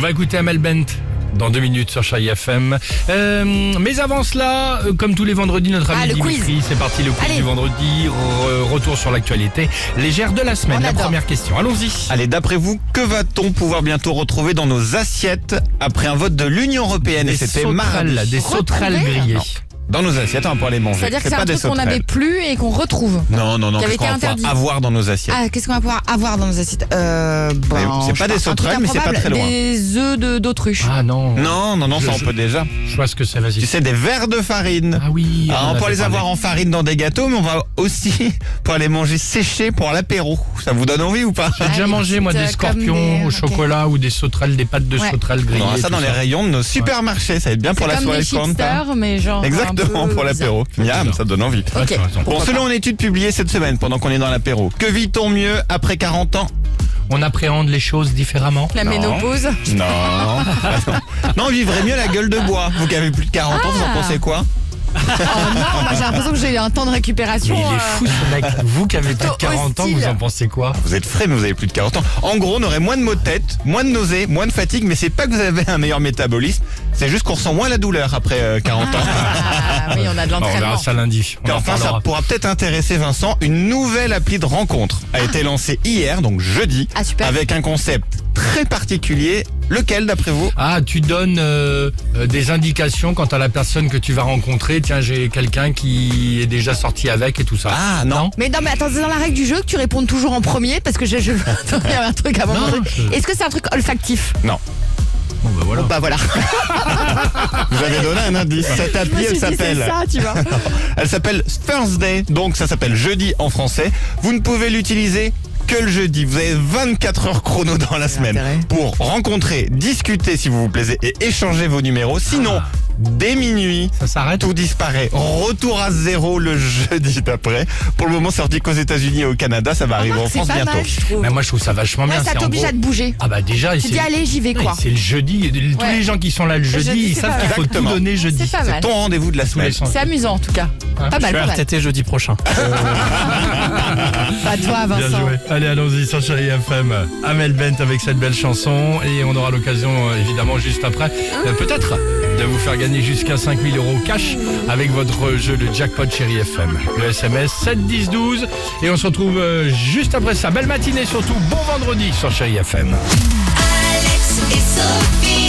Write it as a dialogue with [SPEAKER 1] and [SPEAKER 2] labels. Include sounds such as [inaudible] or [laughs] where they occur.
[SPEAKER 1] va écouter Amel Bent dans deux minutes sur Chai FM. Euh, mais avant cela, euh, comme tous les vendredis, notre ami
[SPEAKER 2] Ah, le
[SPEAKER 1] Dimitri,
[SPEAKER 2] quiz.
[SPEAKER 1] c'est parti le quiz
[SPEAKER 2] Allez.
[SPEAKER 1] du vendredi. Re- retour sur l'actualité légère de la semaine.
[SPEAKER 2] On
[SPEAKER 1] la
[SPEAKER 2] adore.
[SPEAKER 1] première question. Allons-y.
[SPEAKER 3] Allez, d'après vous, que va-t-on pouvoir bientôt retrouver dans nos assiettes après un vote de l'Union européenne Et
[SPEAKER 1] Des
[SPEAKER 3] c'était
[SPEAKER 1] sauterelles,
[SPEAKER 3] mardi.
[SPEAKER 1] des sauterelles
[SPEAKER 2] Retrouver
[SPEAKER 1] grillées.
[SPEAKER 3] Dans nos assiettes, on peut les manger.
[SPEAKER 2] C'est-à-dire que c'est
[SPEAKER 3] pas
[SPEAKER 2] un
[SPEAKER 3] des
[SPEAKER 2] truc qu'on n'avait
[SPEAKER 3] sauterelles.
[SPEAKER 2] plus et qu'on retrouve.
[SPEAKER 3] Non, non, non,
[SPEAKER 2] qui avait
[SPEAKER 3] qu'est-ce qu'on
[SPEAKER 2] été
[SPEAKER 3] va pouvoir
[SPEAKER 2] interdit.
[SPEAKER 3] avoir dans nos assiettes
[SPEAKER 2] Ah, qu'est-ce qu'on va pouvoir avoir dans nos assiettes euh, ben,
[SPEAKER 3] Bah, c'est
[SPEAKER 2] je
[SPEAKER 3] pas
[SPEAKER 2] sais
[SPEAKER 3] des
[SPEAKER 2] un truc
[SPEAKER 3] sauterelles, mais c'est pas
[SPEAKER 2] improbable.
[SPEAKER 3] très loin.
[SPEAKER 2] Des œufs de- d'autruche.
[SPEAKER 1] Ah non.
[SPEAKER 3] Non, non, non,
[SPEAKER 1] Je-
[SPEAKER 3] ça on
[SPEAKER 1] je-
[SPEAKER 3] peut déjà.
[SPEAKER 1] Je vois ce que c'est,
[SPEAKER 3] Tu
[SPEAKER 1] vas-y.
[SPEAKER 3] sais, des verres de farine.
[SPEAKER 1] Ah oui.
[SPEAKER 3] Alors, on
[SPEAKER 1] en
[SPEAKER 3] peut
[SPEAKER 1] avait
[SPEAKER 3] les avoir
[SPEAKER 1] parlé.
[SPEAKER 3] en farine dans des gâteaux, mais on va aussi [laughs] pouvoir les manger séchés pour l'apéro. Ça vous donne envie ou pas
[SPEAKER 1] J'ai déjà
[SPEAKER 2] Ah, les
[SPEAKER 1] mangé, moi, des
[SPEAKER 2] petites, euh, comme
[SPEAKER 1] scorpions
[SPEAKER 2] des-
[SPEAKER 1] au
[SPEAKER 2] ok.
[SPEAKER 1] chocolat ou des sauterelles, des pâtes de
[SPEAKER 2] Ouais.
[SPEAKER 1] sauterelles
[SPEAKER 3] On
[SPEAKER 1] grillées.
[SPEAKER 3] aura ça dans
[SPEAKER 1] tout
[SPEAKER 3] les rayons de nos supermarchés. Ça va être bien pour la
[SPEAKER 2] comme
[SPEAKER 3] soirée
[SPEAKER 2] des
[SPEAKER 3] Corentin.
[SPEAKER 2] chipsters, mais genre. un
[SPEAKER 3] Exactement,
[SPEAKER 2] peu
[SPEAKER 3] pour
[SPEAKER 2] bizarre.
[SPEAKER 3] l'apéro. Miam, ça donne envie.
[SPEAKER 1] Ouais, tu as raison.
[SPEAKER 3] Bon,
[SPEAKER 2] Pourquoi
[SPEAKER 3] selon une étude publiée cette semaine, pendant qu'on est dans l'apéro, que vit-on mieux après 40 ans
[SPEAKER 1] On appréhende les choses différemment.
[SPEAKER 2] La
[SPEAKER 3] Non. [laughs]
[SPEAKER 2] ménopause.
[SPEAKER 3] Non. non, on vivrait mieux la gueule de bois. Vous qui avez plus de 40 ans, vous en
[SPEAKER 2] Ah.
[SPEAKER 3] pensez quoi
[SPEAKER 2] Oh non, moi j'ai l'impression que j'ai eu un temps de récupération.
[SPEAKER 1] Mais il
[SPEAKER 2] euh,
[SPEAKER 1] est fou ce mec. Vous qui avez plus de
[SPEAKER 2] plutôt
[SPEAKER 1] 40 ans, vous
[SPEAKER 2] hostile.
[SPEAKER 1] en pensez quoi
[SPEAKER 3] Vous êtes frais, mais vous avez plus de 40 ans. En gros, on aurait moins de maux de tête, moins de nausées, moins de fatigue, mais c'est pas que vous avez un meilleur métabolisme, c'est juste qu'on ressent moins la douleur après euh, 40 ans.
[SPEAKER 2] Ah oui, on a de
[SPEAKER 1] on verra
[SPEAKER 2] l'entraînement.
[SPEAKER 1] ça lundi. On
[SPEAKER 3] Et
[SPEAKER 1] en
[SPEAKER 3] enfin, Oh, ça
[SPEAKER 1] parlera.
[SPEAKER 3] pourra peut-être intéresser Vincent. Une nouvelle appli de rencontre a été lancée hier, donc jeudi,
[SPEAKER 2] Ah, super.
[SPEAKER 3] avec un concept très particulier. Lequel, d'après vous
[SPEAKER 1] Ah, tu donnes euh, euh, des indications quant à la personne que tu vas rencontrer. Tiens, j'ai quelqu'un qui est déjà sorti avec et tout ça.
[SPEAKER 3] Ah non.
[SPEAKER 2] Mais non, mais attends, c'est dans la règle du jeu que tu répondes toujours en premier parce que je, je veux [laughs] attends, il y a un truc avant
[SPEAKER 1] Non,
[SPEAKER 2] mon truc.
[SPEAKER 1] je-
[SPEAKER 2] Est-ce que c'est un truc olfactif
[SPEAKER 3] Non.
[SPEAKER 1] Bon, bah voilà.
[SPEAKER 2] Bah voilà.
[SPEAKER 3] [laughs] Vous avez donné un indice. Cette
[SPEAKER 2] Je me
[SPEAKER 3] appli,
[SPEAKER 2] suis
[SPEAKER 3] elle
[SPEAKER 2] dit, c'est
[SPEAKER 3] s'appelle.
[SPEAKER 2] ça, tu
[SPEAKER 3] [laughs]
[SPEAKER 2] vois.
[SPEAKER 3] Elle s'appelle Thursday, donc ça s'appelle jeudi en français. Vous ne pouvez l'utiliser que le jeudi. Vous avez 24 heures chrono dans la semaine
[SPEAKER 2] l'intérêt.
[SPEAKER 3] pour rencontrer, discuter si vous vous plaisez et échanger vos numéros. Sinon,
[SPEAKER 1] Ah.
[SPEAKER 3] dès minuit,
[SPEAKER 1] Ça s'arrête
[SPEAKER 3] tout disparaît. Retour à zéro le jeudi d'après. Pour le moment, sorti qu'aux États-Unis et au Canada, ça va arriver en
[SPEAKER 2] Remarque,
[SPEAKER 3] France
[SPEAKER 2] Oh, C'est pas
[SPEAKER 3] bientôt.
[SPEAKER 2] mal, je trouve.
[SPEAKER 1] Mais Moi, je trouve ça vachement
[SPEAKER 2] Ouais,
[SPEAKER 1] bien.
[SPEAKER 2] ça
[SPEAKER 1] c'est en
[SPEAKER 2] t'oblige
[SPEAKER 1] gros-
[SPEAKER 2] à te bouger.
[SPEAKER 1] Ah bah déjà,
[SPEAKER 2] Tu dis, allez, j'y vais,
[SPEAKER 1] Ouais,
[SPEAKER 2] quoi.
[SPEAKER 1] c'est le jeudi. Tous
[SPEAKER 2] Ouais.
[SPEAKER 1] les gens qui sont là le jeudi,
[SPEAKER 2] jeudi,
[SPEAKER 1] ils
[SPEAKER 2] c'est
[SPEAKER 1] savent
[SPEAKER 2] pas
[SPEAKER 1] qu'il faut
[SPEAKER 3] mal.
[SPEAKER 1] tout donner jeudi.
[SPEAKER 2] C'est pas mal.
[SPEAKER 3] Ton rendez-vous de la
[SPEAKER 1] Tous les
[SPEAKER 3] semaine.
[SPEAKER 1] sens.
[SPEAKER 2] C'est amusant en tout cas.
[SPEAKER 1] Hein,
[SPEAKER 2] pas mal, pas mal.
[SPEAKER 1] jeudi
[SPEAKER 2] [laughs]
[SPEAKER 1] prochain. Euh.
[SPEAKER 2] À toi,
[SPEAKER 1] Bien
[SPEAKER 2] Ah, Vincent.
[SPEAKER 1] joué. Allez, allons-y sur Chérie FM. Amel Bent avec cette belle chanson. Et on aura l'occasion, euh, évidemment, juste après, euh, peut-être, de vous faire gagner jusqu'à 5000 euros cash avec votre jeu de jackpot Chérie FM. Le SMS 7 10 12. Et on se retrouve euh, juste après ça. Belle matinée, surtout. Bon vendredi sur Chérie FM.
[SPEAKER 4] Alex et Sophie.